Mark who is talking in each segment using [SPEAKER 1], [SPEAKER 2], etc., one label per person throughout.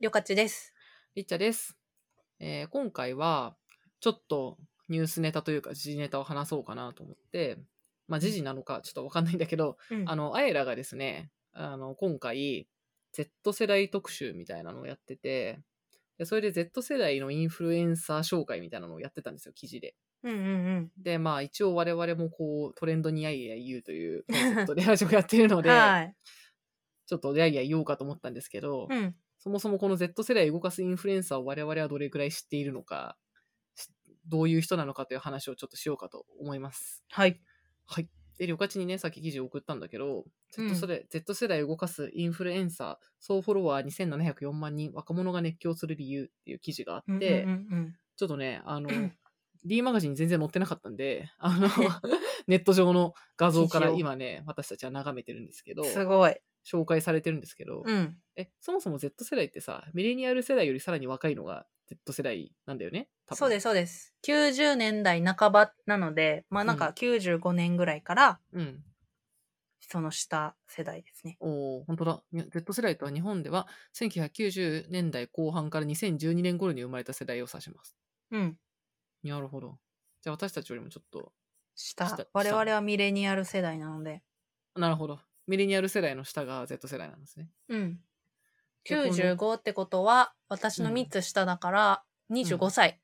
[SPEAKER 1] りょかちです。
[SPEAKER 2] りっちゃです、えー今回はちょっとニュースネタというか時事ネタを話そうかなと思って、まあ、時事なのかちょっとわかんないんだけど、
[SPEAKER 1] うん
[SPEAKER 2] あのあえらがですねあの今回 Z 世代特集みたいなのをやっててでそれで Z 世代のインフルエンサー紹介みたいなのをやってたんですよ記事で。
[SPEAKER 1] うんうん
[SPEAKER 2] でまあ一応我々もこうトレンドにやいやい言うというコンセプトでラジオやってるの
[SPEAKER 1] うん。
[SPEAKER 2] で
[SPEAKER 1] はい。
[SPEAKER 2] ちょっとやいやい言おうかと思ったんですけど、
[SPEAKER 1] うん。
[SPEAKER 2] そもそもこの Z 世代を動かすインフルエンサーを我々はどれくらい知っているのか、しどういう人なのかという話をちょっとしようかと思います。
[SPEAKER 1] はい。
[SPEAKER 2] はい。で、りょかちにね、さっき記事を送ったんだけど、
[SPEAKER 1] うん
[SPEAKER 2] Z 世代、Z 世代を動かすインフルエンサー、総フォロワー2704万人、若者が熱狂する理由っていう記事があって、
[SPEAKER 1] うんうん
[SPEAKER 2] ちょっとね、あの
[SPEAKER 1] うん、
[SPEAKER 2] D マガジンに全然載ってなかったんで、あの、 ネット上の画像から
[SPEAKER 1] 記事を
[SPEAKER 2] 今ね、私たちは眺めてるんですけど
[SPEAKER 1] うん、すごい。
[SPEAKER 2] 紹介されてるんですけど、
[SPEAKER 1] うん。
[SPEAKER 2] え、そもそも Z 世代ってさ、ミレニアル世代よりさらに若いのが Z 世代なんだよね。
[SPEAKER 1] そうですす、そうです。90年代半ばなので、まあなん
[SPEAKER 2] う
[SPEAKER 1] か
[SPEAKER 2] ん
[SPEAKER 1] 95年ぐらいから、
[SPEAKER 2] うん。
[SPEAKER 1] その下世代ですね。
[SPEAKER 2] おお本当だ。に Z 世代とは日本では1990年代後半から2012年頃に生まれた世代を指します。
[SPEAKER 1] うん。
[SPEAKER 2] なるほど。じゃあ私たちよりもちょっと、
[SPEAKER 1] 下
[SPEAKER 2] 下。
[SPEAKER 1] 我々はミレニアル世代なので。
[SPEAKER 2] なるほど。ミレニアル世代の下が Z 世代なんですね。
[SPEAKER 1] うん。
[SPEAKER 2] でこの
[SPEAKER 1] 95ってことは、私の
[SPEAKER 2] うん
[SPEAKER 1] 3つ下だから、25歳で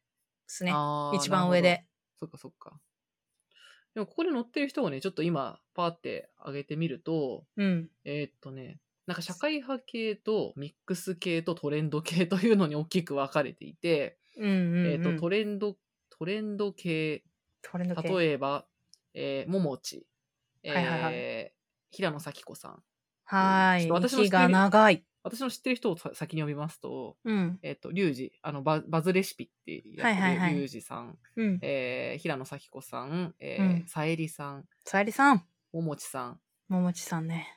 [SPEAKER 1] すね。
[SPEAKER 2] あー
[SPEAKER 1] 一番上。
[SPEAKER 2] なる
[SPEAKER 1] で。
[SPEAKER 2] ほどそっかそっか。でもここで載ってる人をね、ちょっと今、パーって上げてみると、
[SPEAKER 1] うん。
[SPEAKER 2] えーっとね、なんか社会派系とミックス系とトレンド系というのに大きく分かれていて、
[SPEAKER 1] うんうん、うん。
[SPEAKER 2] えーっとトレンド、トレンド系、
[SPEAKER 1] トレンド系。
[SPEAKER 2] 例えば、えー、ももち、えー
[SPEAKER 1] はいはいは
[SPEAKER 2] 平野咲子さん。
[SPEAKER 1] はー
[SPEAKER 2] ち
[SPEAKER 1] い。
[SPEAKER 2] ょっと私の知って
[SPEAKER 1] 息
[SPEAKER 2] る
[SPEAKER 1] が長い。
[SPEAKER 2] 私の知ってる人をさ先に呼びますと、
[SPEAKER 1] うん。
[SPEAKER 2] えーっと、リュウジ、あのバ、バズレシピってや
[SPEAKER 1] はい
[SPEAKER 2] っ
[SPEAKER 1] はい
[SPEAKER 2] て
[SPEAKER 1] はい
[SPEAKER 2] るリュウジさん、
[SPEAKER 1] うん。
[SPEAKER 2] えー平野咲子さん、え
[SPEAKER 1] うん
[SPEAKER 2] ー、さえりさん、
[SPEAKER 1] さゆりさん、
[SPEAKER 2] ももちさん、
[SPEAKER 1] ももちさんね。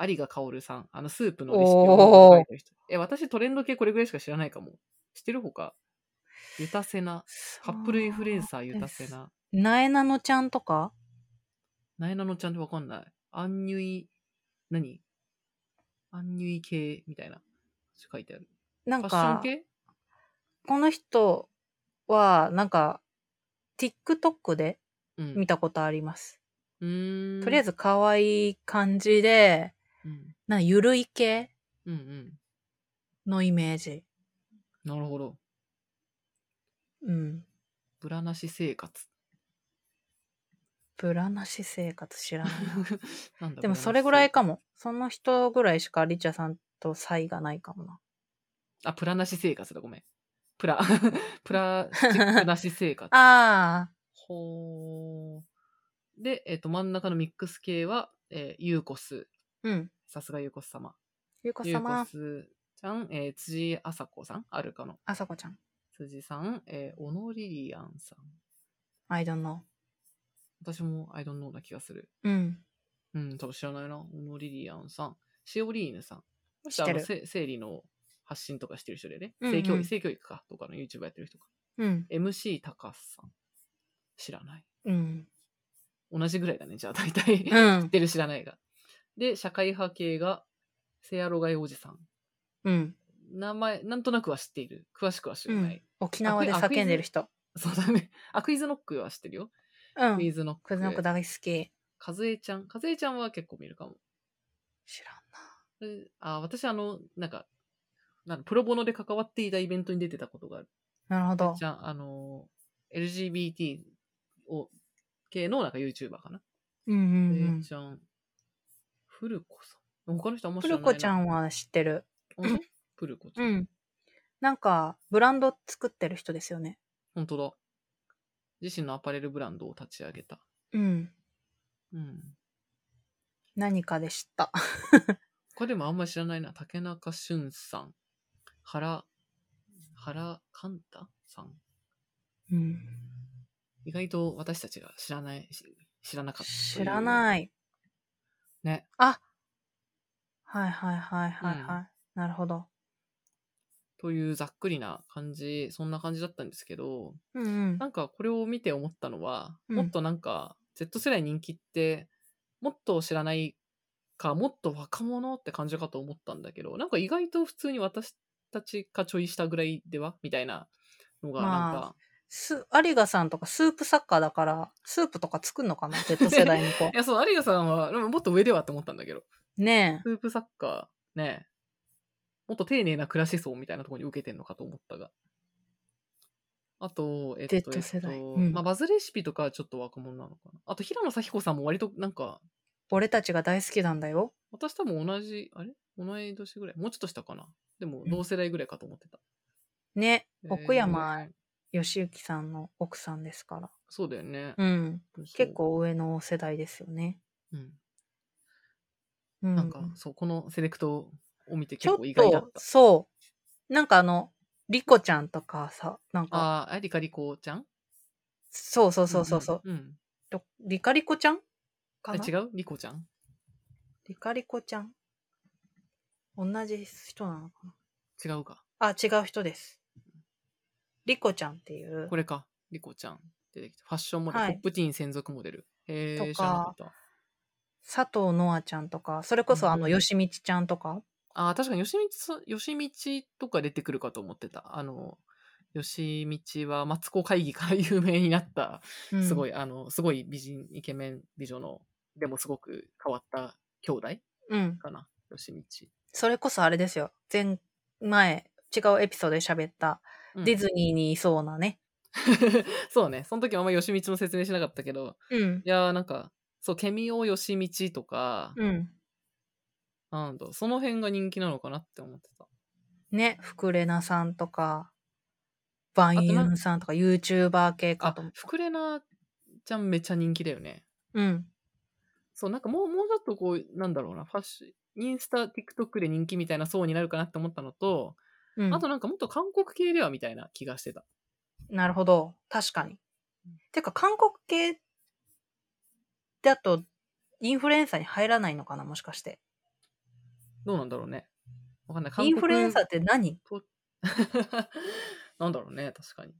[SPEAKER 2] 有賀薫さん、あの、スープのレシピを書いてる人。え、私トレンド系これぐらいしか知らないかも。知ってるほかユタセナ。カップルインフルエンサーユタセナ。
[SPEAKER 1] なえなのちゃんとか
[SPEAKER 2] なえなのちゃんってわかんない。アンニュイ、何アンニュイ系みたいな。書いてある。
[SPEAKER 1] な
[SPEAKER 2] ファ
[SPEAKER 1] ん
[SPEAKER 2] ッション
[SPEAKER 1] か、
[SPEAKER 2] 系
[SPEAKER 1] この人は、なんか、TikTok で
[SPEAKER 2] うん。
[SPEAKER 1] 見たことあります。
[SPEAKER 2] うーん。
[SPEAKER 1] とりあえず、可愛い感じで、
[SPEAKER 2] うん。
[SPEAKER 1] なんかゆるい系
[SPEAKER 2] うんうん。
[SPEAKER 1] のイメージ。
[SPEAKER 2] なるほど。
[SPEAKER 1] うん。
[SPEAKER 2] ブラなし生活。
[SPEAKER 1] ぶらなし生活知らない。
[SPEAKER 2] なんだ
[SPEAKER 1] でも、それぐらい
[SPEAKER 2] か。
[SPEAKER 1] かも。その人ぐらいしか、リチャさんと差異がないかもな。
[SPEAKER 2] あ、プラなし生活だ。ごめん。プラ、 プラスチックなし生活。
[SPEAKER 1] ああ、
[SPEAKER 2] ほー。で、えっ、と、真ん中のミックス系は、えーユーコス。
[SPEAKER 1] うん。
[SPEAKER 2] さすがユーコス様。
[SPEAKER 1] ゆうこ
[SPEAKER 2] ユー
[SPEAKER 1] 様
[SPEAKER 2] コ、スちゃん、えー辻あさこさん、あるかの。
[SPEAKER 1] あさこちゃん。
[SPEAKER 2] 辻さん、えー、オノリリアンさん。
[SPEAKER 1] I don't know.
[SPEAKER 2] 私も、I don't know な気がする。
[SPEAKER 1] うん。
[SPEAKER 2] うん、多分知らないな。オノリリアンさん。シオリーヌさん。そして
[SPEAKER 1] 知って
[SPEAKER 2] あの、
[SPEAKER 1] る
[SPEAKER 2] せ生理の発信とかしてる人でね。
[SPEAKER 1] うんうん
[SPEAKER 2] 性教育、性教育か、とかの YouTube やってる人か。
[SPEAKER 1] うん。
[SPEAKER 2] MC たかすさん。知らない。
[SPEAKER 1] うん。
[SPEAKER 2] 同じぐらいだね、じゃあ大体。
[SPEAKER 1] うん
[SPEAKER 2] 知ってる知らないが。で、社会派系が、セアロガイおじさん。
[SPEAKER 1] うん。
[SPEAKER 2] 名前、なんとなくは知っている。詳しくは知らない。
[SPEAKER 1] 沖縄で叫んでる人。
[SPEAKER 2] そうだね。あ、クイズノックは知ってるよ。
[SPEAKER 1] うん。
[SPEAKER 2] クイズノック。
[SPEAKER 1] クズノック大好き。
[SPEAKER 2] かずえちゃん。かずえちゃんは結構見るかも。
[SPEAKER 1] 知らんな。
[SPEAKER 2] であ、私あの、なんか、なんかプロボノで関わっていたイベントに出てたことがある。
[SPEAKER 1] なるほど
[SPEAKER 2] じ。ゃあ、あの、LGBT を、系のなんか YouTuber かな。
[SPEAKER 1] うん
[SPEAKER 2] か
[SPEAKER 1] う
[SPEAKER 2] ず
[SPEAKER 1] んうん
[SPEAKER 2] え。ちゃん。フルコさん。他の人あんま知
[SPEAKER 1] プ
[SPEAKER 2] ら
[SPEAKER 1] ル
[SPEAKER 2] ないな。
[SPEAKER 1] コちゃんは知ってる。
[SPEAKER 2] 本当。プルコちゃ。
[SPEAKER 1] うんん。なんか、ブランド作ってる人ですよね。
[SPEAKER 2] 本当だ。自身のアパレルブランドを立ち上げた。
[SPEAKER 1] うん。
[SPEAKER 2] うん。
[SPEAKER 1] 何かで知った。
[SPEAKER 2] 他でもあんまり知らないな。竹中俊さん。原、原寛太さん。
[SPEAKER 1] うん。
[SPEAKER 2] 意外と私たちが知らない、し知らなかったとい
[SPEAKER 1] 知
[SPEAKER 2] う。
[SPEAKER 1] らない。
[SPEAKER 2] ね。
[SPEAKER 1] あはいはいはいはいはい。なるほど。
[SPEAKER 2] というざっくりな感じ、そんな感じだったんですけど、
[SPEAKER 1] うんうん
[SPEAKER 2] な。んかこれを見て思ったのは、
[SPEAKER 1] うん
[SPEAKER 2] もっとなんか、Z 世代人気って、もっと知らないか、もっと若者って感じかと思ったんだけど、なんか意外と普通に私たちかちょい下ぐらいではみたいなのがなんか、
[SPEAKER 1] ます、有賀さんとかスープ作家だから、スープとか作んのかな ?Z 世代の子
[SPEAKER 2] い。や、そう、有賀さんは、でももっと上ではって思ったんだけど、
[SPEAKER 1] ね
[SPEAKER 2] スープサッカーね、もっと丁寧な暮らし層みたいなところに受けてんのかと思ったが。あと、えっと、えっ
[SPEAKER 1] Z 世代
[SPEAKER 2] と
[SPEAKER 1] うん
[SPEAKER 2] まあ、バズレシピとかはちょっと若者なのかな。あと、平野咲子さんも割となんか、
[SPEAKER 1] え。俺たちが大好きなんだよ。
[SPEAKER 2] 私多分同じ、あれ同い年ぐらいもうちょっと下かな。でも、同世代ぐらいかと思ってた。
[SPEAKER 1] ね。
[SPEAKER 2] えー
[SPEAKER 1] 奥山義行さんの奥さんですから。
[SPEAKER 2] そうだよね。
[SPEAKER 1] うん。
[SPEAKER 2] そう
[SPEAKER 1] 結。構上の世代ですよね。
[SPEAKER 2] うん。
[SPEAKER 1] うん。
[SPEAKER 2] なんか、そう、このセレクトを見て
[SPEAKER 1] ちょっ
[SPEAKER 2] 結構意外だっ
[SPEAKER 1] と、
[SPEAKER 2] た。
[SPEAKER 1] そう。なんかあの、リコちゃんとかさ、なんか、
[SPEAKER 2] ああ、ありかりこちゃん
[SPEAKER 1] そうそうそうそうそう、
[SPEAKER 2] うんうん。
[SPEAKER 1] とリカリコちゃん
[SPEAKER 2] あ
[SPEAKER 1] かな
[SPEAKER 2] 違うりこちゃん
[SPEAKER 1] リカリコちゃん同じ人なのか
[SPEAKER 2] 違うか。
[SPEAKER 1] なあ、違う人です。リコちゃんっていう
[SPEAKER 2] こ、れか。リコちゃん。出てきた。ファッションモデル。
[SPEAKER 1] はい
[SPEAKER 2] ポップティーン専属モデル。へ
[SPEAKER 1] と
[SPEAKER 2] え、
[SPEAKER 1] か
[SPEAKER 2] 知らなかった。
[SPEAKER 1] 佐藤ノアちゃんとか、それこそあの、
[SPEAKER 2] うん
[SPEAKER 1] よしみちちゃんとか、
[SPEAKER 2] ああ、確かに、よしみちさん、よしみちとか出てくるかと思ってた。あの、よしみちは、マツコ会議から有名になった、
[SPEAKER 1] うん
[SPEAKER 2] すごい、あの、すごい美人、イケメン、美女の、でもすごく変わった兄弟
[SPEAKER 1] うん。
[SPEAKER 2] かな。よしみち。
[SPEAKER 1] それこそあれですよ。前、前、違うエピソードで喋った、
[SPEAKER 2] うん
[SPEAKER 1] ディズニーにいそうなね。
[SPEAKER 2] そうね。その時はあんまよしみちの説明しなかったけど、
[SPEAKER 1] うん。
[SPEAKER 2] いやーなんか、そう、ケミオよしみちとか、
[SPEAKER 1] うん。
[SPEAKER 2] なんだ、その辺が人気なのかなって思ってた。
[SPEAKER 1] ね、フクレナさんとか、バンユンさんとか、YouTuber 系か
[SPEAKER 2] あ
[SPEAKER 1] と思っ、た
[SPEAKER 2] フクレナちゃんめっちゃ人気だよね。
[SPEAKER 1] うん。
[SPEAKER 2] そう、なんかもう、もうちょっとこう、なんだろうな、ファッション、インスタ、TikTok で人気みたいな層になるかなって思ったのと、
[SPEAKER 1] うん、
[SPEAKER 2] あとなんかもっと韓国系ではみたいな気がしてた。
[SPEAKER 1] なるほど。確かに。てか、韓国系だと、インフルエンサーに入らないのかなもしかして。
[SPEAKER 2] どうなんだろうね。わかんない。韓
[SPEAKER 1] イ
[SPEAKER 2] 国
[SPEAKER 1] ンフルエンサーって何
[SPEAKER 2] なんだろうね、確かに。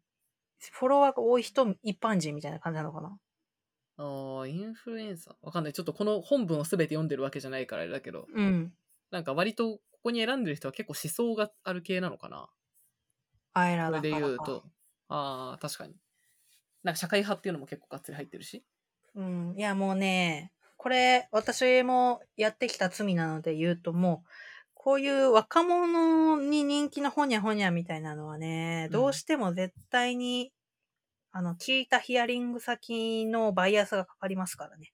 [SPEAKER 1] フォロワーが多い人、一般人みたいな感じなのかな
[SPEAKER 2] ああ、インフルエンサー。わかんない。ちょっとこの本文を全て読んでるわけじゃないからあれだけど、
[SPEAKER 1] うん。
[SPEAKER 2] なんか割とここに選んでる人は結構思想がある系なのかな。
[SPEAKER 1] アイラ
[SPEAKER 2] そ
[SPEAKER 1] だ
[SPEAKER 2] れ
[SPEAKER 1] から
[SPEAKER 2] で
[SPEAKER 1] か
[SPEAKER 2] 言うと。ああ、確かに。なんか社会派っていうのも結構がっつり入ってるし。
[SPEAKER 1] うん。いや、もうね、これ、私もやってきた罪なので言うと、もう、こういう若者に人気のほにゃほにゃみたいなのはね、
[SPEAKER 2] ん
[SPEAKER 1] どうしても絶対に、あの、聞いたヒアリング先のバイアスがかかりますからね。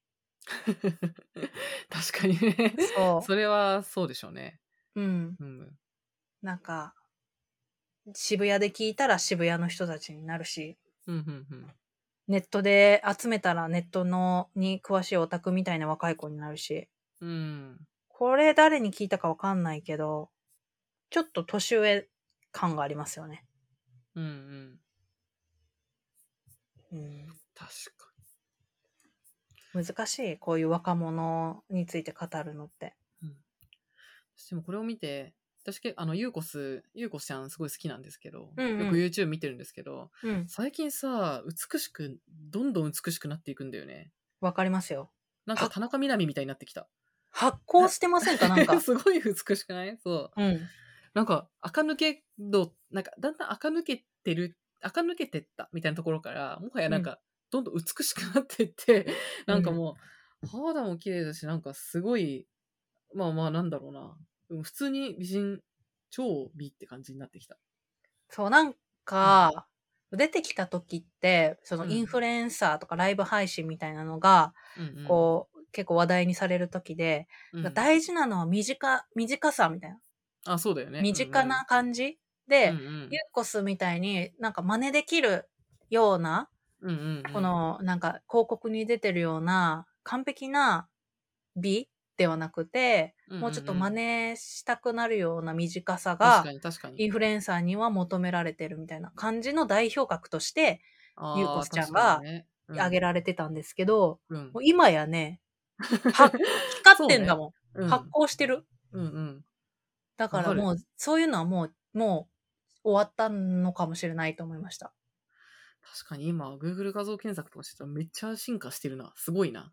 [SPEAKER 2] 確かにね。
[SPEAKER 1] そう。
[SPEAKER 2] それはそうでしょうね。
[SPEAKER 1] うん。
[SPEAKER 2] うん。
[SPEAKER 1] なんか、渋谷で聞いたら渋谷の人たちになるし、
[SPEAKER 2] うん、うん、うん。
[SPEAKER 1] ネットで集めたらネットのに詳しいオタクみたいな若い子になるし、
[SPEAKER 2] うん。
[SPEAKER 1] これ誰に聞いたかわかんないけど、ちょっと年上感がありますよね。
[SPEAKER 2] うん、
[SPEAKER 1] う
[SPEAKER 2] うん。
[SPEAKER 1] ん、
[SPEAKER 2] 確か
[SPEAKER 1] 難しい、こういう若者について語るのって。
[SPEAKER 2] に。うん。でもこれを見て、私け、あの、ゆうこす、ゆうこちゃんすごい好きなんですけど、
[SPEAKER 1] うんうん
[SPEAKER 2] よく YouTube 見てるんですけど、
[SPEAKER 1] うん。
[SPEAKER 2] 最近さ、美しく、どんどん美しくなっていくんだよね。
[SPEAKER 1] わかりますよ。
[SPEAKER 2] なんか田中みな実みたいになってきた。。
[SPEAKER 1] 発行してませんかなんか
[SPEAKER 2] すごい美しくないそう。
[SPEAKER 1] うん。
[SPEAKER 2] なんか、垢抜けの、なんか、だんだん垢抜けてる、垢抜けてったみたいなところから、もはやなんか、どんどん美しくなってって、なんかもう、肌も綺麗だし、なんかすごい、まあまあなんだろうな。うん普通に美人、超美って感じになってきた。
[SPEAKER 1] そう、なんか、出てきた時って、そのインフルエンサーとかライブ配信みたいなのが、
[SPEAKER 2] うんうん
[SPEAKER 1] こう、結構話題にされる時で、
[SPEAKER 2] うん
[SPEAKER 1] 大事なのは短、短さみたいな。
[SPEAKER 2] あ、そうだよね。
[SPEAKER 1] 身近な感じ、で、
[SPEAKER 2] うんう
[SPEAKER 1] ユ
[SPEAKER 2] ん、
[SPEAKER 1] ッコスみたいになんか真似できるような、
[SPEAKER 2] うんうんうん
[SPEAKER 1] こ、のなんか広告に出てるような完璧な美ではなくて、もうちょっと真
[SPEAKER 2] 似
[SPEAKER 1] 似したくなるような短さ
[SPEAKER 2] 確
[SPEAKER 1] が
[SPEAKER 2] か、に確かに。
[SPEAKER 1] インフルエンサーには求められてるみたいな感じの代表格として
[SPEAKER 2] あー
[SPEAKER 1] ゆうこすちゃんが、挙げ
[SPEAKER 2] ら
[SPEAKER 1] られてたんですけど、
[SPEAKER 2] れうん
[SPEAKER 1] もう今やね、発光ってんだもん。
[SPEAKER 2] うん
[SPEAKER 1] 発光してる。
[SPEAKER 2] うんうん
[SPEAKER 1] だからもう、そういうのはもう、もう終わったのかもしれないと思いました。
[SPEAKER 2] 確かに今、Google 画像検索とかしてたらめっちゃ進化してるな。すごいな。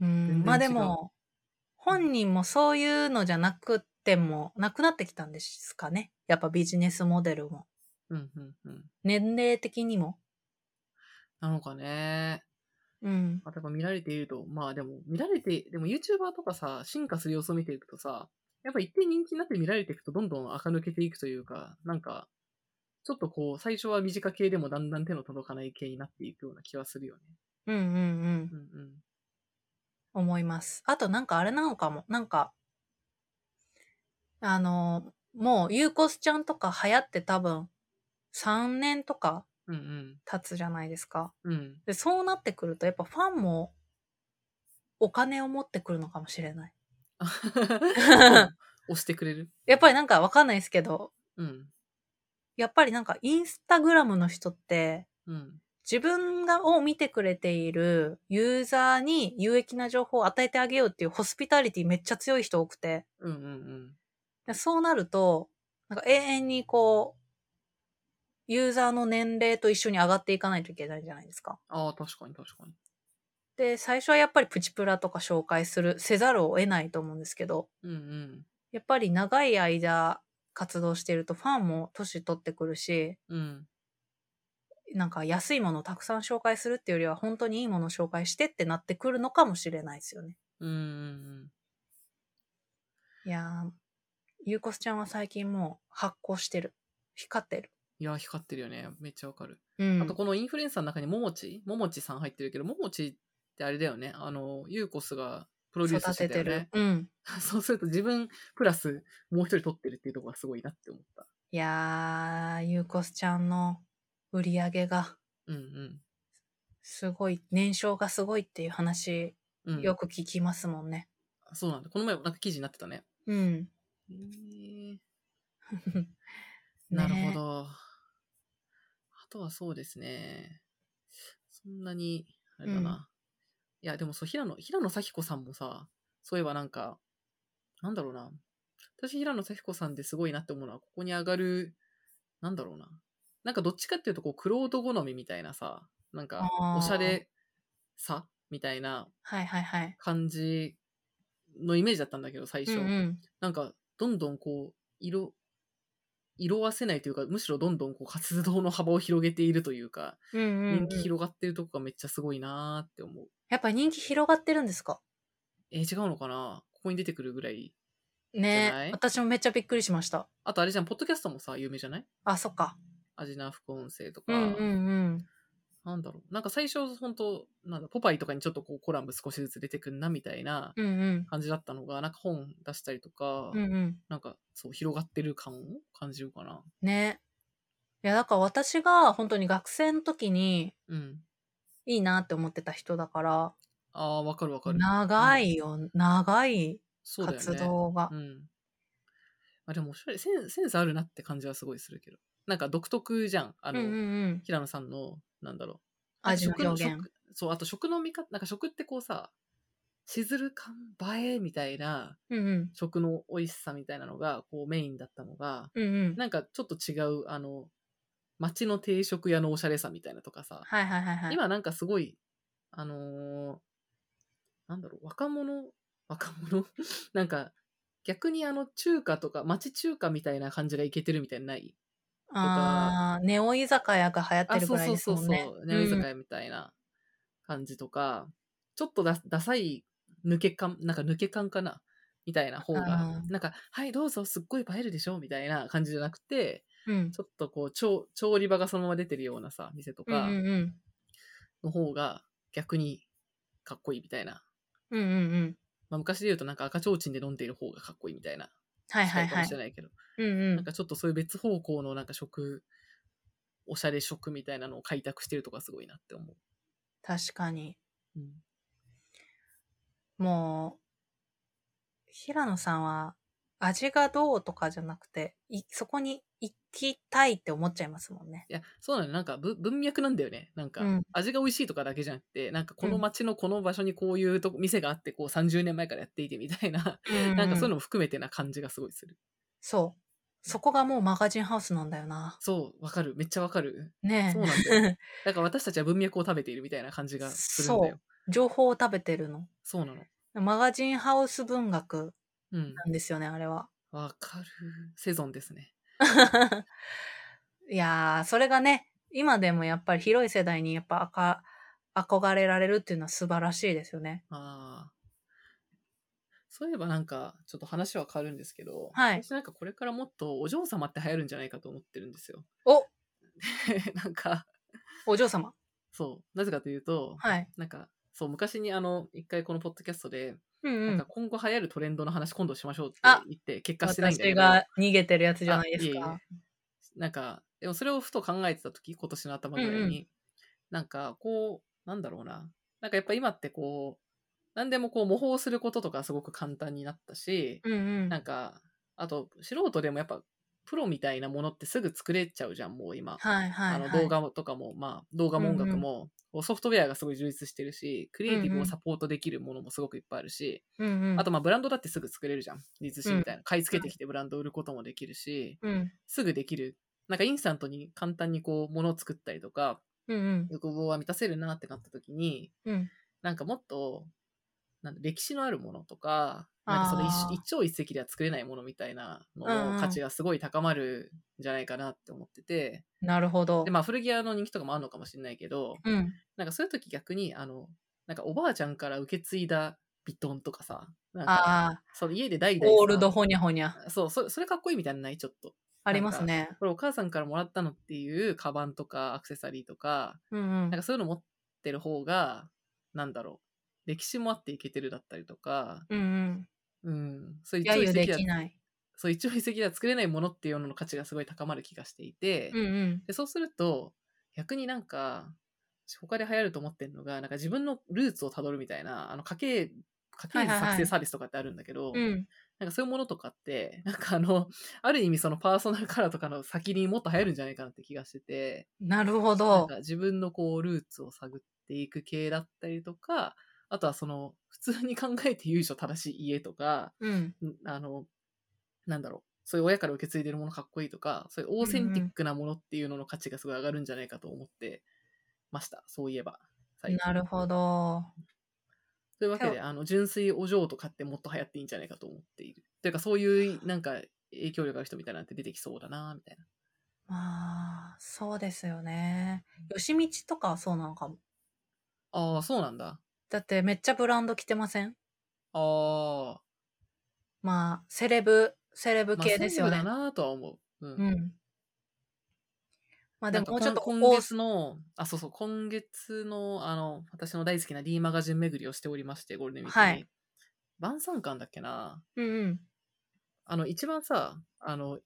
[SPEAKER 1] うん
[SPEAKER 2] 全然
[SPEAKER 1] まあで
[SPEAKER 2] 違
[SPEAKER 1] も、本人もそういうのじゃなくても、なくなってきたんですかね。やっぱビジネスモデルも。
[SPEAKER 2] うんうんうん。
[SPEAKER 1] 年齢的にも。
[SPEAKER 2] なのかね。
[SPEAKER 1] うん。
[SPEAKER 2] あ、だから見られていると、まあでも、見られて、でも YouTuber とかさ、進化する様子を見ていくとさ、やっぱ一定人気になって見られていくと、どんどん垢抜けていくというか、なんか、ちょっとこう、最初は短系でもだんだん手の届かない系になっていくような気はするよね。
[SPEAKER 1] うんうんうん
[SPEAKER 2] う。んうん。
[SPEAKER 1] 思います。あとなんかあれなのかも。なんか、あの、もうユーコスちゃんとか流行って多分3年とか
[SPEAKER 2] うん
[SPEAKER 1] 経つじゃないですか。
[SPEAKER 2] うん。 うん。
[SPEAKER 1] で、そうなってくるとやっぱファンもお金を持ってくるのかもしれない。
[SPEAKER 2] 押してくれる
[SPEAKER 1] やっぱりなんかわかんないですけど、
[SPEAKER 2] うん。
[SPEAKER 1] やっぱりなんかインスタグラムの人って
[SPEAKER 2] うん。
[SPEAKER 1] 自分がを見てくれているユーザーに有益な情報を与えてあげようっていうホスピタリティめっちゃ強い人多くて。
[SPEAKER 2] うんうんうん。
[SPEAKER 1] でそうなると、なんか永遠にこう、ユーザーの年齢と一緒に上がっていかないといけないじゃないですか。
[SPEAKER 2] ああ、確かに確かに。
[SPEAKER 1] で、最初はやっぱりプチプラとか紹介する、せざるを得ないと思うんですけど、
[SPEAKER 2] うんうん。
[SPEAKER 1] やっぱり長い間活動しているとファンも年取ってくるし、
[SPEAKER 2] うん。
[SPEAKER 1] なんか安いものをたくさん紹介するっていうよりは本当にいいものを紹介してってなってくるのかもしれないですよね。
[SPEAKER 2] うんうん
[SPEAKER 1] いやー、ゆうこすちゃんは最近もう発光してる。光ってる。
[SPEAKER 2] いやー、光ってるよね。めっちゃわかる。
[SPEAKER 1] うん。
[SPEAKER 2] あとこのインフルエンサーの中にももち、ももちさん入ってるけど、ももちってあれだよね。あの、ユーコスがプロデュース
[SPEAKER 1] 育
[SPEAKER 2] して
[SPEAKER 1] て
[SPEAKER 2] たよ
[SPEAKER 1] て
[SPEAKER 2] ね
[SPEAKER 1] る。。うん。
[SPEAKER 2] そうすると自分プラスもう一人撮ってるっていうところがすごいなって思った。
[SPEAKER 1] いやー、ゆうこすちゃんの売り上げが
[SPEAKER 2] うんうん。
[SPEAKER 1] すごい、年商がすごいっていう話、
[SPEAKER 2] うん、
[SPEAKER 1] よく聞きますもんね。
[SPEAKER 2] そうなんだ。この前もなんか記事になってたね。
[SPEAKER 1] うん。
[SPEAKER 2] へー
[SPEAKER 1] ね
[SPEAKER 2] なるほ。ど。あとはそうですね。そんなに、あれだな。
[SPEAKER 1] うん
[SPEAKER 2] いや、でもそう、平野、平野咲子さんもさ、そういえばなんか、なんだろうな。私、平野咲子さんですごいなって思うのは、ここに上がる、なんだろうな。なんかどっちかっていうと、こう、クロード好みみたいなさ、なんか、
[SPEAKER 1] あー
[SPEAKER 2] おしゃれさみたいな
[SPEAKER 1] はいはいはい。
[SPEAKER 2] 感じのイメージだったんだけど、最
[SPEAKER 1] う
[SPEAKER 2] 初。
[SPEAKER 1] んうん。
[SPEAKER 2] なんか、どんどんこう、色、色あせないというか、むしろどんどんこう活動の幅を広げているというか、
[SPEAKER 1] うんうんうん
[SPEAKER 2] 人気広がってるとこがめっちゃすごいなーって思う。
[SPEAKER 1] やっぱ人気広がってるんですか
[SPEAKER 2] えー違うのかなここに出てくるぐらい。じゃな
[SPEAKER 1] ね
[SPEAKER 2] い
[SPEAKER 1] 私もめっちゃびっくりしました。
[SPEAKER 2] あとあれじゃん、ポッドキャストもさ、有名じゃない
[SPEAKER 1] あ、そっか。
[SPEAKER 2] アジナ副音声とか、
[SPEAKER 1] うんうんうん。
[SPEAKER 2] なんだろう。なんか最初、本当なんだ、ポパイとかにちょっとこうコラム少しずつ出てくんなみたいな
[SPEAKER 1] うんうん。
[SPEAKER 2] 感じだったのが、なんか本出したりとか、
[SPEAKER 1] うんうん。
[SPEAKER 2] なんかそう、広がってる感を感じるかな。
[SPEAKER 1] ね。いや、だから私が本当に学生の時に
[SPEAKER 2] うん。
[SPEAKER 1] いいなって思ってた人だから、
[SPEAKER 2] ああー、わかるわかる。
[SPEAKER 1] 長いよ、長い
[SPEAKER 2] そうだよね。
[SPEAKER 1] 活動が。
[SPEAKER 2] うん。まあでもおしゃれセン、センスあるなって感じはすごいするけど。なんか独特じゃん。あ
[SPEAKER 1] うん
[SPEAKER 2] の、
[SPEAKER 1] うんうん。
[SPEAKER 2] 平野さんの、なんだろう。
[SPEAKER 1] 味の
[SPEAKER 2] 食
[SPEAKER 1] 表現。
[SPEAKER 2] 食そう、あと食の見方、なんか食ってこうさ、しずる感映えみたいな
[SPEAKER 1] うんうん。
[SPEAKER 2] 食の美味しさみたいなのがこうメインだったのが、
[SPEAKER 1] うんうん。
[SPEAKER 2] なんかちょっと違う、あの、街の定食屋のおしゃれさみたいなとかさ、
[SPEAKER 1] はいはいはいはい。
[SPEAKER 2] 今なんかすごい、あのーなんだろう、若者、若者 なんか、逆にあの、中華とか、町中華みたいな感じがいけてるみたいなのない
[SPEAKER 1] ああ、ネオ居酒屋が流行って
[SPEAKER 2] あ、
[SPEAKER 1] るぐ
[SPEAKER 2] そう
[SPEAKER 1] らい
[SPEAKER 2] そう
[SPEAKER 1] です
[SPEAKER 2] そう
[SPEAKER 1] もんね。
[SPEAKER 2] そう、ね、居酒屋みたいな感じとか、ちょっとダダサい抜け感、なんか抜け感かなみたいな方が
[SPEAKER 1] あ、
[SPEAKER 2] なんか、はい、どうぞ、すっごい映えるでしょみたいな感じじゃなくて、
[SPEAKER 1] うん。
[SPEAKER 2] ちょっとこう、調調理場がそのまま出てるようなさ、店と
[SPEAKER 1] うんう
[SPEAKER 2] か
[SPEAKER 1] んうん。
[SPEAKER 2] の方が逆にかっこいいみたいな
[SPEAKER 1] うんうんうん。
[SPEAKER 2] まあ、昔で言うとなんか赤ちょうちんで飲んでいる方がかっこいいみたいな、
[SPEAKER 1] はいはい
[SPEAKER 2] 近か
[SPEAKER 1] は
[SPEAKER 2] も
[SPEAKER 1] い
[SPEAKER 2] し。れないけど、
[SPEAKER 1] うんう
[SPEAKER 2] なん
[SPEAKER 1] ん。
[SPEAKER 2] かちょっとそういう別方向のなんか食、おしゃれ食みたいなのを開拓してるとかすごいなって思う。
[SPEAKER 1] 確かに。
[SPEAKER 2] うん、
[SPEAKER 1] もう、平野さんは味がどうとかじゃなくて、いそこに行きたいって思っちゃいますもんね。
[SPEAKER 2] いや、そうなのよ、なんかぶ文脈なんだよね。なんか
[SPEAKER 1] うん
[SPEAKER 2] 味が美味しいとかだけじゃなくて、なんかこの
[SPEAKER 1] うん
[SPEAKER 2] 街のこの場所にこういうとこ店があって、こう30年前からやっていてみたいな、なんかそういうの
[SPEAKER 1] の。
[SPEAKER 2] も含めてな感じがすごいする。
[SPEAKER 1] そう。そこがもうマガジンハウスなんだよな。
[SPEAKER 2] そう、わかる。めっちゃわかる。
[SPEAKER 1] ね
[SPEAKER 2] そう
[SPEAKER 1] え。
[SPEAKER 2] なん だよ。 だから私たちは文脈を食べているみたいな感じがするんだよ。
[SPEAKER 1] 情報を食べてるの。
[SPEAKER 2] そうなの。
[SPEAKER 1] マガジンハウス文学
[SPEAKER 2] うん。
[SPEAKER 1] なんですよね、あれは。
[SPEAKER 2] わかる。セゾンですね。
[SPEAKER 1] いやー、それがね、今でもやっぱり広い世代にやっぱ赤憧れられるっていうのは素晴らしいですよね。
[SPEAKER 2] ああ。そういえばなんか、ちょっと話は変わるんですけど、
[SPEAKER 1] はい
[SPEAKER 2] 私なんかこれからもっとお嬢様って流行るんじゃないかと思ってるんですよ。
[SPEAKER 1] お
[SPEAKER 2] なんか、
[SPEAKER 1] お嬢様。
[SPEAKER 2] そう、なぜかというと、
[SPEAKER 1] はい。
[SPEAKER 2] なんか、そう、昔にあの、一回このポッドキャストで、
[SPEAKER 1] うんう
[SPEAKER 2] なん
[SPEAKER 1] ん
[SPEAKER 2] か。今後流行るトレンドの話今度しましょうって
[SPEAKER 1] あ
[SPEAKER 2] 言って、結果してないんだけ
[SPEAKER 1] 私
[SPEAKER 2] ど。
[SPEAKER 1] が逃げてるやつじゃないです
[SPEAKER 2] あ
[SPEAKER 1] か。。
[SPEAKER 2] えいえなんか、でもそれをふと考えてた時、今年の頭ぐらいに、
[SPEAKER 1] うんうん
[SPEAKER 2] なんか、こう、なんだろうな。なんかやっぱ今ってこう、何でもこう模倣することとかすごく簡単になったし、
[SPEAKER 1] うんうん。
[SPEAKER 2] なんか、あと、素人でもやっぱ、プロみたいなものってすぐ作れちゃうじゃん、もう今。
[SPEAKER 1] はいはい、はい。
[SPEAKER 2] あの動画もとかも、まあ、動画も音楽も、こうソフトウェアがすごい充実してるし、クリエイティブをサポートできるものもすごくいっぱいあるし、
[SPEAKER 1] うんうん。
[SPEAKER 2] あとまあブランドだってすぐ作れるじゃん。リズシみたいな。買い付けてきてブランドを売ることもできるし、
[SPEAKER 1] うん。
[SPEAKER 2] すぐできる。なんかインスタントに簡単にこう、ものを作ったりとか、
[SPEAKER 1] うんうん。
[SPEAKER 2] 欲望は満たせるなってなった時に、
[SPEAKER 1] うん。
[SPEAKER 2] なんかもっと、なんだ歴史のあるものとか、なんかその
[SPEAKER 1] あー
[SPEAKER 2] 一一朝一夕では作れないものみたいな
[SPEAKER 1] うん
[SPEAKER 2] の
[SPEAKER 1] うん
[SPEAKER 2] の価値がすごい高まるんじゃないかなって思ってて、
[SPEAKER 1] なるほど
[SPEAKER 2] で、。まあ古着屋の人気とかもあるのかもしれないけど、
[SPEAKER 1] うん。
[SPEAKER 2] なんかそういう時逆に、あの、なんかおばあちゃんから受け継いだビトンとかさ、なんか、
[SPEAKER 1] ああ、
[SPEAKER 2] その家で代々さ
[SPEAKER 1] オールドほにゃほにゃ。
[SPEAKER 2] そう、それそれかっこいいみたいなのないちょっと。
[SPEAKER 1] ありますね。
[SPEAKER 2] これお母さんからもらったのっていうカバンとかアクセサリーとか、
[SPEAKER 1] うんうん
[SPEAKER 2] なん。かそういうの持ってる方が、なんだろう。歴史もあっていけてるだったりとか、
[SPEAKER 1] うんうん。
[SPEAKER 2] うん。そう一
[SPEAKER 1] 揶
[SPEAKER 2] 朝一
[SPEAKER 1] 揄で
[SPEAKER 2] 夕では
[SPEAKER 1] きない。
[SPEAKER 2] そう一朝一夕では作れないものっていうのの価値がすごい高まる気がしていて、
[SPEAKER 1] うんうん。
[SPEAKER 2] でそうすると、逆になんか、他で流行ると思ってるのが、なんか自分のルーツをたどるみたいな、あの、家計、家計図
[SPEAKER 1] はいはいは
[SPEAKER 2] 作
[SPEAKER 1] い
[SPEAKER 2] 成サービスとかってあるんだけど、
[SPEAKER 1] うん。
[SPEAKER 2] なんかそういうものとかって、なんかあの、 ある意味そのパーソナルカラーとかの先にもっと流行るんじゃないかなって気がしてて、
[SPEAKER 1] なるほ
[SPEAKER 2] なん
[SPEAKER 1] ど
[SPEAKER 2] か。自分のこうルーツを探っていく系だったりとか、あとはその、普通に考えて由緒正しい家とか、
[SPEAKER 1] うん。
[SPEAKER 2] んあの、なんだろう、そういう親から受け継いでるものかっこいいとか、そういうオーセンティックなものっていうのの価値がすごい上がるんじゃないかと思ってました。そういえば。最近
[SPEAKER 1] なるほど。
[SPEAKER 2] というわけ
[SPEAKER 1] で
[SPEAKER 2] で、あの、純粋お嬢とかってもっと流行っていいんじゃないかと思っている。というか、そういう、なんか、影響力ある人みたいなのって出てきそうだな、みたいな。
[SPEAKER 1] まあ、そうですよね。吉道とかはそうなのかも。
[SPEAKER 2] ああ、そうなんだ。
[SPEAKER 1] だってめっちゃブランド着てません
[SPEAKER 2] ああ、
[SPEAKER 1] まあ、セレブ、セレブ
[SPEAKER 2] まあ
[SPEAKER 1] 系ですよ
[SPEAKER 2] セレ
[SPEAKER 1] ね
[SPEAKER 2] ブ。だなとは思う。うん。
[SPEAKER 1] うん。まあで
[SPEAKER 2] な
[SPEAKER 1] も
[SPEAKER 2] んか
[SPEAKER 1] もうちょっと
[SPEAKER 2] こん
[SPEAKER 1] こ
[SPEAKER 2] 今
[SPEAKER 1] こ
[SPEAKER 2] 月の、あ、そうそう、今月の、あの、私の大好きな D マガジン巡りをしておりまして、ゴールデンウィークに。
[SPEAKER 1] はい
[SPEAKER 2] 晩餐館だっけな。
[SPEAKER 1] うんうん。
[SPEAKER 2] あの、一番さ、あの、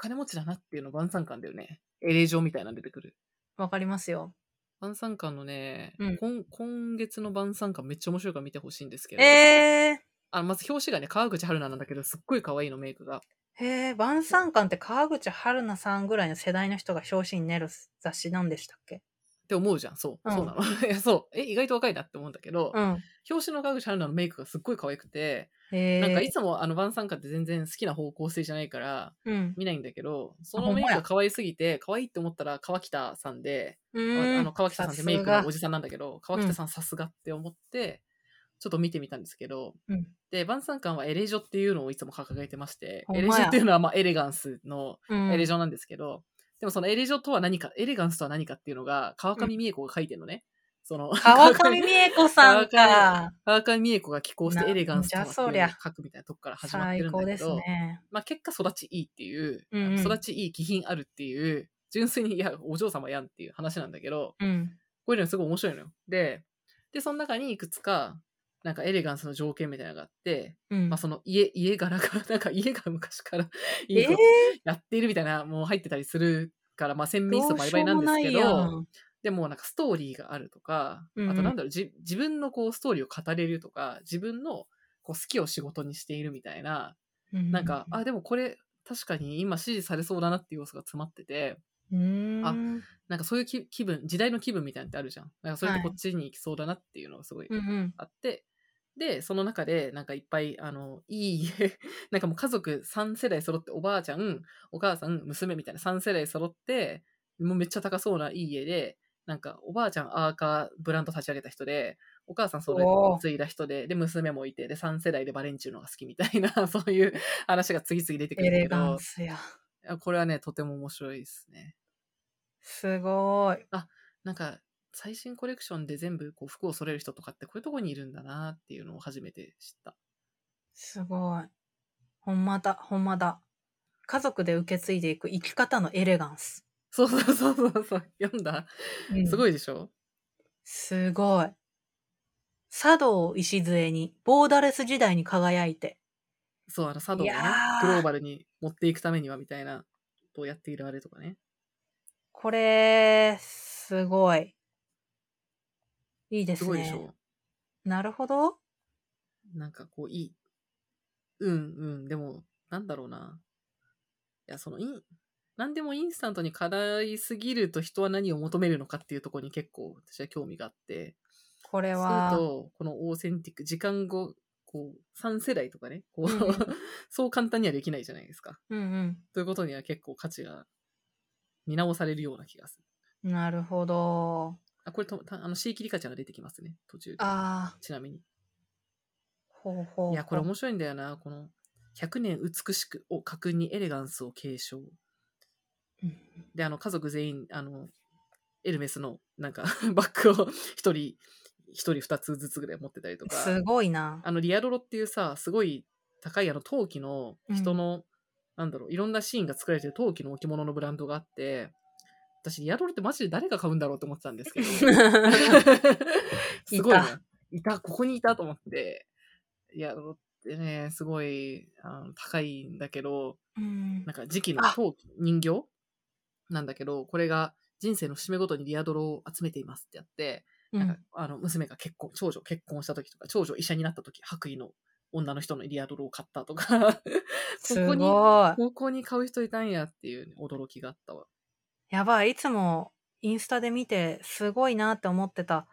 [SPEAKER 2] 金持ちだなっていうの晩餐館だよね。エレ状みたいなの出てくる。
[SPEAKER 1] わかりますよ。
[SPEAKER 2] 晩餐館のね、
[SPEAKER 1] うん
[SPEAKER 2] 今今月の晩餐館めっちゃ面白いから見てほしいんですけど、
[SPEAKER 1] え
[SPEAKER 2] あまず表紙がね、川口春奈なんだけど、すっごい可愛いのメイクが。
[SPEAKER 1] ー、えー、晩餐館って川口春奈さんぐらいの世代の人が表紙に出る雑誌なんでしたっけ
[SPEAKER 2] って思うじゃん。そう。
[SPEAKER 1] うん
[SPEAKER 2] そうなの。 いや、そう。え、意外と若いなって思うんだけど、
[SPEAKER 1] うん。
[SPEAKER 2] 表紙の川口春奈のメイクがすっごい可愛くて、
[SPEAKER 1] えー、
[SPEAKER 2] なんかいつもあの晩餐館って全然好きな方向性じゃないから
[SPEAKER 1] うん。
[SPEAKER 2] 見ないんだけど、そ
[SPEAKER 1] あほ
[SPEAKER 2] の
[SPEAKER 1] んま
[SPEAKER 2] メイ
[SPEAKER 1] や
[SPEAKER 2] クが可愛すぎて、可愛いって思ったら川北さんで、
[SPEAKER 1] う
[SPEAKER 2] あ
[SPEAKER 1] ーん
[SPEAKER 2] あの川北さんってメイク
[SPEAKER 1] さす
[SPEAKER 2] の
[SPEAKER 1] が
[SPEAKER 2] おじさんなんだけど、川北さんさすがって思って、ちょっと見てみたんですけど、
[SPEAKER 1] うん
[SPEAKER 2] で、晩餐館はエレジョっていうのをいつも掲げてまして、
[SPEAKER 1] ほんま
[SPEAKER 2] エ
[SPEAKER 1] や
[SPEAKER 2] レジョっていうのはまあエレガンスの
[SPEAKER 1] うん
[SPEAKER 2] エレジョなんですけど、でもそのエレジョとは何か、エレガンスとは何かっていうのが川上美恵子が書いてるのね。その
[SPEAKER 1] 川上美恵子さんか。
[SPEAKER 2] 川上美恵子が寄稿し
[SPEAKER 1] な
[SPEAKER 2] て
[SPEAKER 1] ん
[SPEAKER 2] エレガンスとはっていうのを
[SPEAKER 1] じゃそりゃ
[SPEAKER 2] 書くみたいなとこから始まっ
[SPEAKER 1] 最
[SPEAKER 2] てるんだ
[SPEAKER 1] 高
[SPEAKER 2] け
[SPEAKER 1] です
[SPEAKER 2] ど、
[SPEAKER 1] ね。
[SPEAKER 2] まあ結果育ちいいっていう、
[SPEAKER 1] うんうん
[SPEAKER 2] 育ちいい気品あるっていう、純粋にいや、お嬢様やんっていう話なんだけど、
[SPEAKER 1] うん。
[SPEAKER 2] こういうのすごい面白いのよ。で、で、その中にいくつか、なんかエレガンスの条件みたいなのがあって、
[SPEAKER 1] うん。
[SPEAKER 2] まあその家、家柄が、 なんか家が昔から
[SPEAKER 1] え
[SPEAKER 2] いいこ
[SPEAKER 1] ー
[SPEAKER 2] とやっているみたいな、もう入ってたりするから、まあ鮮明
[SPEAKER 1] ど
[SPEAKER 2] さ
[SPEAKER 1] う
[SPEAKER 2] 倍
[SPEAKER 1] しよ
[SPEAKER 2] 々
[SPEAKER 1] う
[SPEAKER 2] な
[SPEAKER 1] も
[SPEAKER 2] んで
[SPEAKER 1] な
[SPEAKER 2] すけ
[SPEAKER 1] い
[SPEAKER 2] ど、
[SPEAKER 1] やん。
[SPEAKER 2] でもなんかストーリーがあるとか、
[SPEAKER 1] うんうん
[SPEAKER 2] あとなんだろうじ、自分のこうストーリーを語れるとか、自分のこう好きを仕事にしているみたいな、なんか、あ、でもこれ確かに今支持されそうだなっていう要素が詰まってて、
[SPEAKER 1] うーん、
[SPEAKER 2] あなんかそういうき気分、時代の気分みたいなのってあるじゃん。なんかそれって
[SPEAKER 1] はい
[SPEAKER 2] こっちに行きそうだなっていうのがすごい
[SPEAKER 1] うんうん。
[SPEAKER 2] あって、で、その中で、なんかいっぱい、あの、いい 家、なんかもう家族3世代揃って、おばあちゃん、お母さん、娘みたいな3世代揃って、もうめっちゃ高そうないい家で、なんかおばあちゃんアーカーブランド立ち上げた人で、お母さんそれ
[SPEAKER 1] おー
[SPEAKER 2] 継いだ人で、で、娘もいて、で、3世代でバレンチューノが好きみたいな、 そういう話が次々出てくる
[SPEAKER 1] エ
[SPEAKER 2] んだ
[SPEAKER 1] レ
[SPEAKER 2] け
[SPEAKER 1] ガン
[SPEAKER 2] ど、
[SPEAKER 1] スや。
[SPEAKER 2] いやこれはね、とても面白いですね。
[SPEAKER 1] すごい。
[SPEAKER 2] なんか、最新コレクションで全部こう服を揃える人とかってこういうとこにいるんだなっていうのを初めて知った。
[SPEAKER 1] すごい。ほんまだ、ほんまだ。家族で受け継いでいく生き方のエレガンス。
[SPEAKER 2] そうそうそうそうそう、読んだ。す
[SPEAKER 1] い。
[SPEAKER 2] ごいでしょ
[SPEAKER 1] すごい。茶道を礎に、ボーダレス時代に輝いて。
[SPEAKER 2] そう、あの、茶道をね
[SPEAKER 1] いや、ー
[SPEAKER 2] グローバルに持っていくためにはみたいなことをやっているあれとかね。
[SPEAKER 1] これ、すごい。いいですす
[SPEAKER 2] ごいでしょ、
[SPEAKER 1] ね。なるほど。
[SPEAKER 2] なんかこう、いい。うんうん。でも、なんだろうな。いや、その、イン、なんでもインスタントに課いすぎると人は何を求めるのかっていうところに結構私は興味があって。
[SPEAKER 1] これ
[SPEAKER 2] する
[SPEAKER 1] は、
[SPEAKER 2] と、このオーセンティック、時間後、こう、3世代とかね、こ
[SPEAKER 1] う
[SPEAKER 2] う、
[SPEAKER 1] んうん
[SPEAKER 2] そう簡単にはできないじゃないですか。
[SPEAKER 1] うん
[SPEAKER 2] ということには結構価値が見直されるような気がする。
[SPEAKER 1] うん。なるほど。
[SPEAKER 2] あ、これと、たあの、シーキリカちゃんが出てきますね、途中で。
[SPEAKER 1] ああ、
[SPEAKER 2] ちなみに。
[SPEAKER 1] ほうほうほう。
[SPEAKER 2] いや、これ面白いんだよな、この、100年美しくを格にエレガンスを継承。
[SPEAKER 1] うん
[SPEAKER 2] で、あの、家族全員、あの、エルメスの、なんか、 バッグを一人、一人二つずつぐらい持ってたりとか。
[SPEAKER 1] すごい な。
[SPEAKER 2] あの、リアドロっていうさ、すごい高いあの陶器の人の、なんだろう、いろんなシーンが作られてる陶器の置物のブランドがあって、私、リアドロってマジで誰が買うんだろうと思ってたんですけど、すごいね。いた、ここにいたと思って、リアドロってね、すごいあの高いんだけど、
[SPEAKER 1] うん
[SPEAKER 2] なんか時期の
[SPEAKER 1] あ
[SPEAKER 2] 陶器、人形なんだけど、これが人生の節目ごとにリアドロを集めていますってやって、
[SPEAKER 1] う
[SPEAKER 2] なんか
[SPEAKER 1] ん、
[SPEAKER 2] あの娘が結婚、長女結婚した時とか、長女医者になった時、白衣の女の人のリアドルを買ったとか、 こ
[SPEAKER 1] す
[SPEAKER 2] こ
[SPEAKER 1] ご
[SPEAKER 2] に、
[SPEAKER 1] い。
[SPEAKER 2] 高校に買う人いたんやっていうね、驚きがあったわ。
[SPEAKER 1] やばい、いつもインスタで見てすごいなって思ってた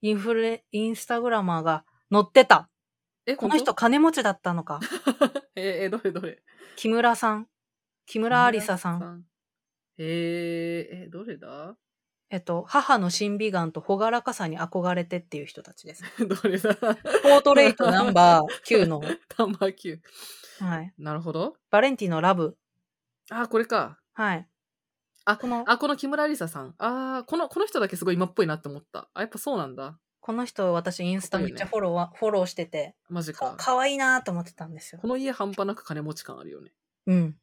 [SPEAKER 1] インフル、インスタグラマーが載ってた。
[SPEAKER 2] え、
[SPEAKER 1] この人
[SPEAKER 2] 本
[SPEAKER 1] 金持ちだったの か。
[SPEAKER 2] 当 ええ、どれどれ
[SPEAKER 1] 木村さん。木村ありささん。
[SPEAKER 2] ん。えー、え、どれだ
[SPEAKER 1] えっと、母の審美眼と朗らかさに憧れてっていう人たちです。
[SPEAKER 2] どれだ
[SPEAKER 1] ポートレートナン バー9の、
[SPEAKER 2] タンバー Q。
[SPEAKER 1] はい。
[SPEAKER 2] なるほど。
[SPEAKER 1] バレンティのラブ。
[SPEAKER 2] あ、これか。
[SPEAKER 1] はい。
[SPEAKER 2] あ
[SPEAKER 1] この、
[SPEAKER 2] あ、この木村ありささん。あーこの、この人だけすごい今っぽいなって思った。あ、やっぱそうなんだ。
[SPEAKER 1] この人私インスタめっちゃフォローは、フォローしてて、
[SPEAKER 2] マジ
[SPEAKER 1] か
[SPEAKER 2] か。
[SPEAKER 1] かわいいなと思ってたんですよ
[SPEAKER 2] こ。の家半端なく金持ち感あるよね。
[SPEAKER 1] うん。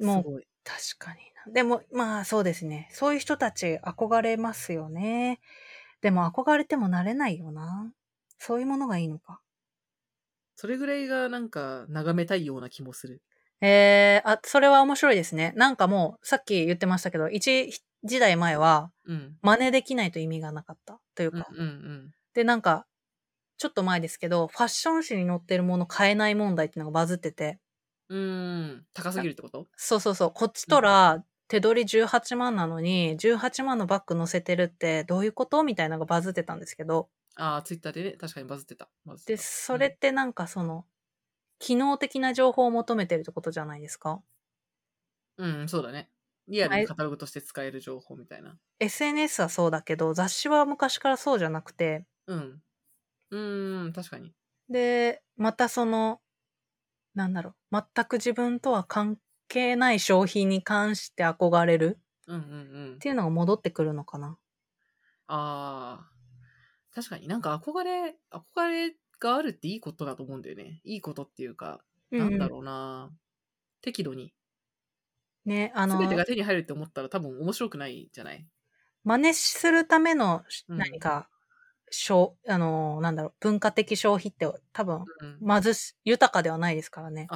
[SPEAKER 1] もう
[SPEAKER 2] すごい。
[SPEAKER 1] 確かにな。でも、まあそうですね。そういう人たち憧れますよね。でも憧れてもなれないよな。そういうものがいいのか。
[SPEAKER 2] それぐらいがなんか眺めたいような気もする。
[SPEAKER 1] えー、あ、それは面白いですね。なんかもう、さっき言ってましたけど、一時代前は、
[SPEAKER 2] うん。
[SPEAKER 1] 真似できないと意味がなかったという
[SPEAKER 2] うん
[SPEAKER 1] か。
[SPEAKER 2] うん
[SPEAKER 1] で、なんか、ちょっと前ですけど、ファッション誌に載ってるもの買えない問題っていうのがバズってて、
[SPEAKER 2] うん。うん。高すぎるってこと
[SPEAKER 1] そうそうそう、こっちとら、手取り18万なのに、18万のバッグ載せてるってどういうことみたいなのがバズってたんですけど、
[SPEAKER 2] ああ、ツイッターでね、確かにバズってた。バズって
[SPEAKER 1] で、
[SPEAKER 2] た
[SPEAKER 1] それってなんかその、機能的な情報を求めてるってことじゃないですか。
[SPEAKER 2] うん、うんそうだね。リアルにカタログとして使える情報みたいな。
[SPEAKER 1] SNS はそうだけど、雑誌は昔からそうじゃなくて、
[SPEAKER 2] うん。うーん、確かに。
[SPEAKER 1] で、またその、なんだろう、全く自分とは関係ない商品に関して憧れる
[SPEAKER 2] うんうんうん
[SPEAKER 1] っ。ていうのが戻ってくるのかな。
[SPEAKER 2] ああ。確かになんか憧れ、憧れがあるっていいことだと思うんだよね。いいことっていうか、なんだろうな。適度に。
[SPEAKER 1] うん。ね、あの
[SPEAKER 2] 全、てが手に入るって思ったら多分面白くないじゃない
[SPEAKER 1] 真似するための
[SPEAKER 2] うん
[SPEAKER 1] 何か、消あの、なんだろう、文化的消費って多分、
[SPEAKER 2] うん。
[SPEAKER 1] 貧し、豊かではないですからね。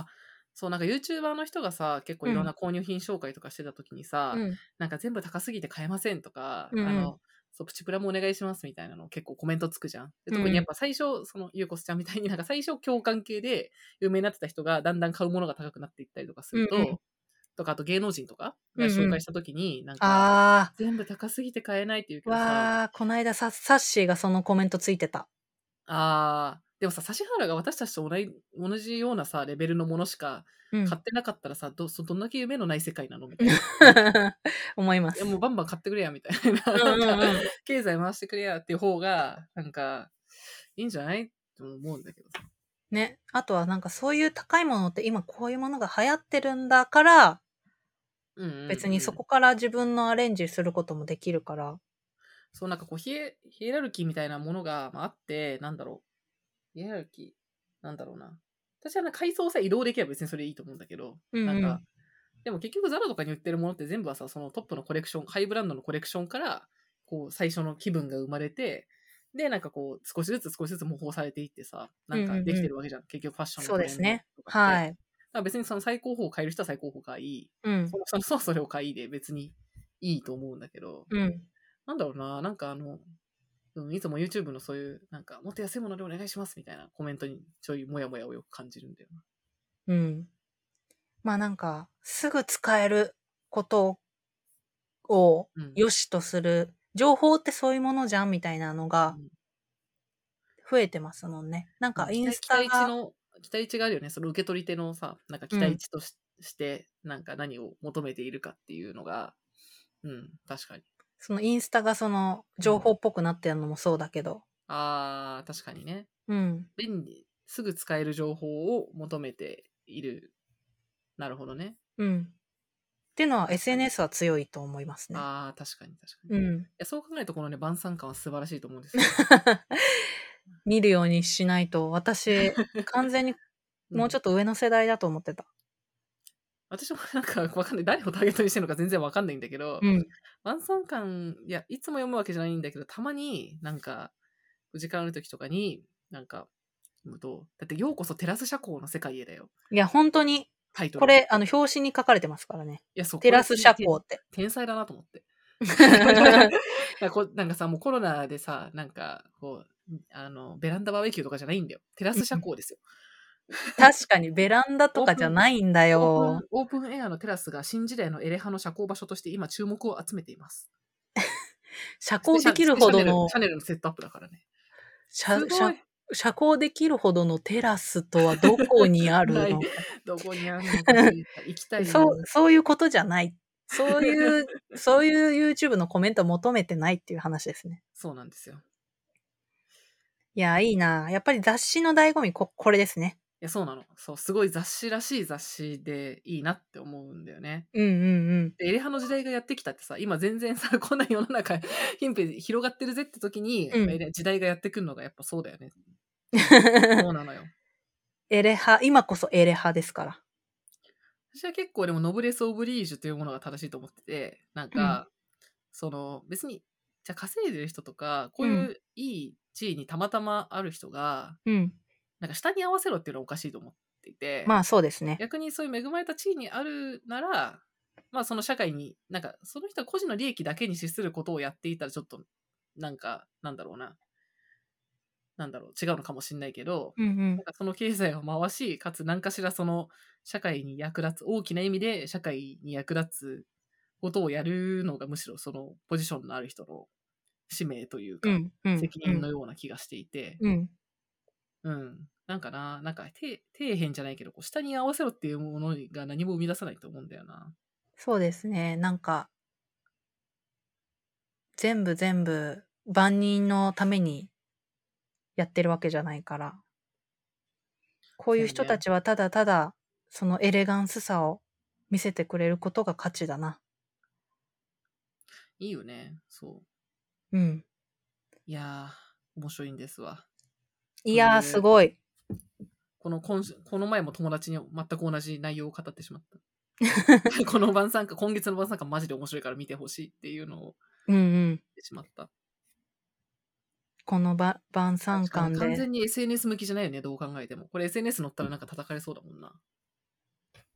[SPEAKER 2] そう、なんか YouTuber の人がさ、結構いろんな購入品紹介とかしてた時にさ、
[SPEAKER 1] うん。
[SPEAKER 2] なんか全部高すぎて買えませんとか、
[SPEAKER 1] うんうん
[SPEAKER 2] あの、そう、プチプラもお願いしますみたいなの結構コメントつくじゃん。で
[SPEAKER 1] うん
[SPEAKER 2] 特にやっぱ最初、その、ゆうこすちゃんみたいになんか最初共感系で有名になってた人がだんだん買うものが高くなっていったりとかすると、
[SPEAKER 1] うんうん
[SPEAKER 2] とかあと芸能人とかが紹介した時に、なんか、
[SPEAKER 1] ああ。
[SPEAKER 2] 全部高すぎて買えないっていうけどさ、
[SPEAKER 1] わあ、こないださ、サッシーがそのコメントついてた。
[SPEAKER 2] あー、でもさ、指原が私たちと同じ同じようなさ、レベルのものしか
[SPEAKER 1] うん
[SPEAKER 2] 買ってなかったらさ、どそどんだけ夢のない世界なのみたいな。い
[SPEAKER 1] 思いま
[SPEAKER 2] や
[SPEAKER 1] す。
[SPEAKER 2] もうバンバン買ってくれや、みたいな。
[SPEAKER 1] うんうんうん
[SPEAKER 2] 経済回してくれやっていう方が、なんか、いいんじゃないって思うんだけどさ。
[SPEAKER 1] ね。あとはなんかそういう高いものって今こういうものが流行ってるんだから、
[SPEAKER 2] うんうんうん
[SPEAKER 1] 別にそこから自分のアレンジすることもできるから。
[SPEAKER 2] そうなんかこうヒエ、ヒエラルキーみたいなものがまああって、なんだろう。ヒエラルキー、なんだろうな。私はなんか階層をさ、移動できれば別にそれいいと思うんだけど、
[SPEAKER 1] うんうん
[SPEAKER 2] なんか、でも結局ザラとかに売ってるものって全部はさ、そのトップのコレクション、ハイブランドのコレクションから、こう、最初の気分が生まれて、で、なんかこう、少しずつ少しずつ模倣されていってさ、なん
[SPEAKER 1] うんうんう
[SPEAKER 2] か
[SPEAKER 1] ん
[SPEAKER 2] できてるわけじゃん。結局ファッションの
[SPEAKER 1] そうですね
[SPEAKER 2] トレンドとかって。
[SPEAKER 1] は
[SPEAKER 2] だ
[SPEAKER 1] い。
[SPEAKER 2] から別にその最高峰を変える人は最高峰を買い、
[SPEAKER 1] うん
[SPEAKER 2] そ。の人はそれを買いで別にいいと思うんだけど、
[SPEAKER 1] うん。
[SPEAKER 2] なんだろうな、なんかあの、うん、いつも YouTube のそういう、なんか、もっと安いものでお願いしますみたいなコメントにちょいもやもやをよく感じるんだよな。
[SPEAKER 1] うん。まあなんか、すぐ使えることを
[SPEAKER 2] うん、
[SPEAKER 1] 良しとする、情報ってそういうものじゃんみたいなのが
[SPEAKER 2] うん
[SPEAKER 1] 増えてますもんね。なんかインス
[SPEAKER 2] 期
[SPEAKER 1] タ
[SPEAKER 2] 待値
[SPEAKER 1] が、
[SPEAKER 2] の、期待値があるよね。その受け取り手のさ、なんか期待値とし,、して、なんか何を求めているかっていうのが、うん、確かに。
[SPEAKER 1] そのインスタがその情報っぽくなってるのもそうだけど。
[SPEAKER 2] あー、確かにね。
[SPEAKER 1] うん。
[SPEAKER 2] 便利、すぐ使える情報を求めている。なるほどね。
[SPEAKER 1] うん。っていうのは SNS は強いと思いますね。
[SPEAKER 2] あー、確かに確かに。
[SPEAKER 1] う
[SPEAKER 2] い
[SPEAKER 1] ん。
[SPEAKER 2] やそう考えると、このね、晩餐感は素晴らしいと思うんですよ。
[SPEAKER 1] 見るようにしないと、私、完 全にもうちょ
[SPEAKER 2] っと
[SPEAKER 1] っと上の世代だと思ってた。
[SPEAKER 2] 私もなんかわかんない。誰をターゲットにしてるのか全然わかんないんだけど、
[SPEAKER 1] うん。
[SPEAKER 2] ワンサン感、いや、いつも読むわけじゃないんだけど、たまになんか、時間ある時とかに、なんか、読むと、だってようこそテラス社交の世界へだよ。
[SPEAKER 1] いや、本当に、
[SPEAKER 2] タイトル。
[SPEAKER 1] こ、れ、あの、表紙に書かれてますからね。
[SPEAKER 2] いや、そう
[SPEAKER 1] テラス社交
[SPEAKER 2] こ
[SPEAKER 1] って。
[SPEAKER 2] れ天才だなと思って。なんかこうなんかさ、もうコロナでさ、なんか、こう、あの、ベランダバーベキューとかじゃないんだよ。テラス社交ですよ。
[SPEAKER 1] 確かに、ベランダとかじゃないんだ
[SPEAKER 2] オー
[SPEAKER 1] よ。
[SPEAKER 2] プンオープンエアのテラスが新時代のエレ派の社交場所として今注目を集めています。
[SPEAKER 1] 社交できるほどの
[SPEAKER 2] シ、ャネルのセットアップだからね。
[SPEAKER 1] 社
[SPEAKER 2] すごい
[SPEAKER 1] 社社交できるほどのテラスとはどこにある
[SPEAKER 2] ない
[SPEAKER 1] の
[SPEAKER 2] どこにあるのかというか行きたいな
[SPEAKER 1] そう、そういうことじゃない。そう いう、そういう YouTube のコメントを求めてないっていう話ですね。
[SPEAKER 2] そうなんですよ。い
[SPEAKER 1] いや、いいな。やっぱり雑誌の醍醐味、こ、これですね。
[SPEAKER 2] や、そうなの。そう、すごい雑誌らしい雑誌でいいなって思うんだよね。
[SPEAKER 1] うんうんうん。
[SPEAKER 2] でエレ派の時代がやってきたってさ、今全然さ、こんな世の中、 貧富で広がってるぜって時に、
[SPEAKER 1] うん
[SPEAKER 2] やっぱ時代がやってくるのがやっぱそうだ よね。そうなのよ。
[SPEAKER 1] エレ派、今こそエレ派ですから。
[SPEAKER 2] 私は結構でもノブレス・オブリージュというものが正しいと思っててなんか、その別にじゃあ稼いでる人とかこういうういい地位にたまたまある人が、
[SPEAKER 1] うん。
[SPEAKER 2] なんか下に合わせろっていうのはおかしいと思っていて、
[SPEAKER 1] まあそうですね。
[SPEAKER 2] 逆にそういう恵まれた地位にあるならまあその社会になんかその人は個人の利益だけに資することをやっていたらちょっとなんかなんだろうななんだろう違うのかもしれないけど、
[SPEAKER 1] うんうん
[SPEAKER 2] なん。かその経済を回し、かつ何かしらその社会に役立つ、大きな意味で社会に役立つことをやるのがむしろそのポジションのある人の使命というか、
[SPEAKER 1] うんうん。
[SPEAKER 2] 責任のような気がしていて、
[SPEAKER 1] うん。
[SPEAKER 2] うん。なんかな、なんか底底辺じゃないけど、こう下に合わせろっていうものが何も生み出さないと思うんだよな。
[SPEAKER 1] そうですね。なんか、全部全部万人のためにやってるわけじゃないから。こういう人たちはただただそのエレガンスさを見せてくれることが価値だな。
[SPEAKER 2] いいよね。そう。
[SPEAKER 1] うん。
[SPEAKER 2] いやー、面白いんですわ。
[SPEAKER 1] いやー、すごい。
[SPEAKER 2] この今週この前も友達に全く同じ内容を語ってし まった。この晩餐会、今月の晩餐会マジで面白いから見てほしいっていうのを言っ
[SPEAKER 1] うんうん。
[SPEAKER 2] てしまった。
[SPEAKER 1] このば晩餐
[SPEAKER 2] 確か
[SPEAKER 1] 館
[SPEAKER 2] に完
[SPEAKER 1] で。
[SPEAKER 2] 全に SNS 向きじゃないよね、どう考えても。これ SNS 乗ったらなんか叩かれそうだもんな。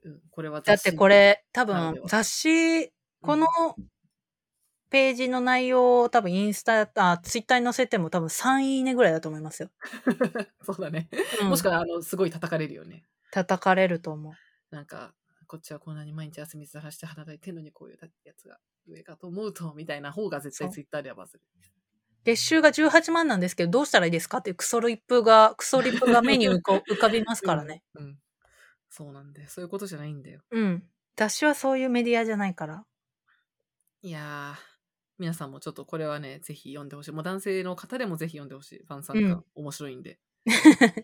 [SPEAKER 2] うん、これは
[SPEAKER 1] だ
[SPEAKER 2] 雑
[SPEAKER 1] って
[SPEAKER 2] 誌
[SPEAKER 1] こ、れ多
[SPEAKER 2] なら
[SPEAKER 1] 分
[SPEAKER 2] では
[SPEAKER 1] 雑誌、
[SPEAKER 2] うん
[SPEAKER 1] このページの内容を多分インスタ、あ、ツイッターに載せても多分3いいねぐらいだと思いますよ。
[SPEAKER 2] そうだね。
[SPEAKER 1] うん
[SPEAKER 2] もしかあの、すごい叩かれるよね。
[SPEAKER 1] 叩かれると思う。
[SPEAKER 2] なんか、こっちはこんなに毎日休みずらして働いてんのにこういうやつが上かと思うと、みたいな方が絶対
[SPEAKER 1] そう
[SPEAKER 2] Twitter ではバズる。
[SPEAKER 1] 月収が18万なんですけど、どうしたらいいですかっていうクソリップが、クソリップが目に浮か 浮かびますからね。
[SPEAKER 2] うん。うん。そうなんだよ。そういうことじゃないんだよ。
[SPEAKER 1] うん。私はそういうメディアじゃないから。
[SPEAKER 2] いやー、皆さんもちょっとこれはね、ぜひ読んでほしい。もう男性の方でもぜひ読んでほしい。ファンさん
[SPEAKER 1] う
[SPEAKER 2] が
[SPEAKER 1] ん
[SPEAKER 2] 面白 いんで。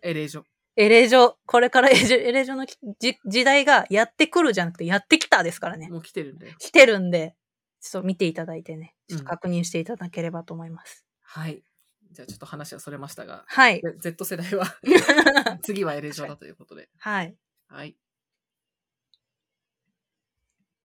[SPEAKER 2] エレージョ。
[SPEAKER 1] エレジョ、これからエレ ジョエレジョのきじ時代がやってくるじゃなくて、やってきたですからね。
[SPEAKER 2] もう来てるんで。
[SPEAKER 1] 来てるんで、ちょっと見ていただいてね、ちょっと
[SPEAKER 2] うん
[SPEAKER 1] 確認していただければと思います。
[SPEAKER 2] はい。じゃあちょっと話はそれましたが、
[SPEAKER 1] はい。
[SPEAKER 2] Z 世代は次はエレージョだということで。
[SPEAKER 1] はい。
[SPEAKER 2] はい。